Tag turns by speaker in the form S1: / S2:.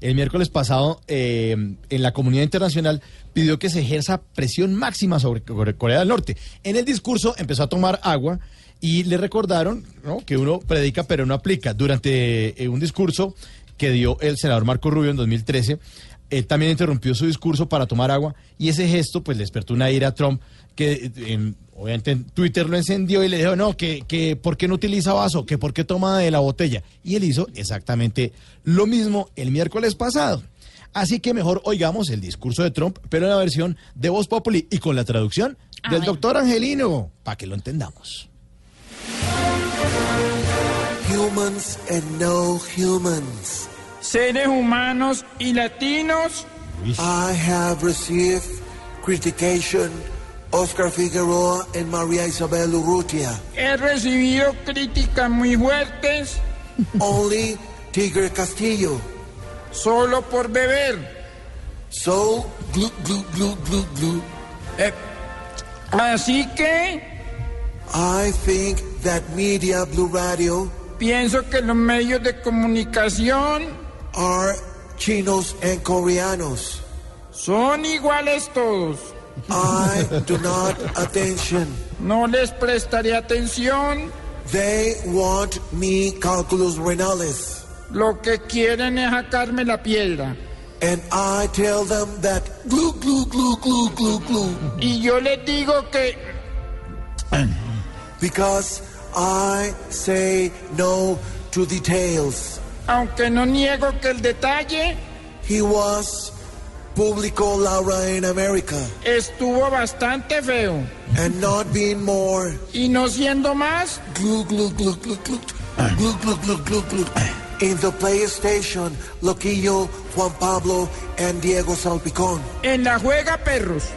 S1: El miércoles pasado, eh, en la comunidad internacional, pidió que se ejerza presión máxima sobre Core- Corea del Norte. En el discurso empezó a tomar agua y le recordaron ¿no? que uno predica pero no aplica. Durante eh, un discurso que dio el senador Marco Rubio en 2013, él también interrumpió su discurso para tomar agua y ese gesto pues le despertó una ira a Trump que eh, en- obviamente en Twitter lo encendió y le dijo no, que, que por qué no utiliza vaso, que por qué toma de la botella. Y él hizo exactamente lo mismo el miércoles pasado. Así que mejor oigamos el discurso de Trump, pero en la versión de Voz Populi y con la traducción
S2: A
S1: del
S2: ver.
S1: doctor Angelino, para que lo entendamos.
S3: humans and no humans.
S4: seres humanos y latinos,
S3: I have received critication Oscar Figueroa and Maria Isabel Urrutia.
S4: he recibido críticas muy fuertes
S3: Only Tigre Castillo.
S4: solo por beber.
S3: So glue glue glue glue glue.
S4: Eh, así que
S3: I think that media blue radio
S4: pienso que los medios de comunicación
S3: are chinos and Koreanos.
S4: son iguales todos.
S3: I do not attention.
S4: No les prestaré atención.
S3: They want me calculus renalis.
S4: Lo que quieren es sacarme la piedra.
S3: And I tell them that glue, glue, glue, glue, glue, glue,
S4: Y yo les digo que
S3: because I say no to details.
S4: aunque no niego que el detalle
S3: He was Publico Laura in America,
S4: estuvo bastante feo.
S3: and not being more
S4: Y no siendo más,
S3: glue, glue, glue, glue, glue, glue, glue, glue, glue, glue. In the PlayStation, Loquillo, Juan Pablo, and Diego Salpicón.
S4: en la juega perros.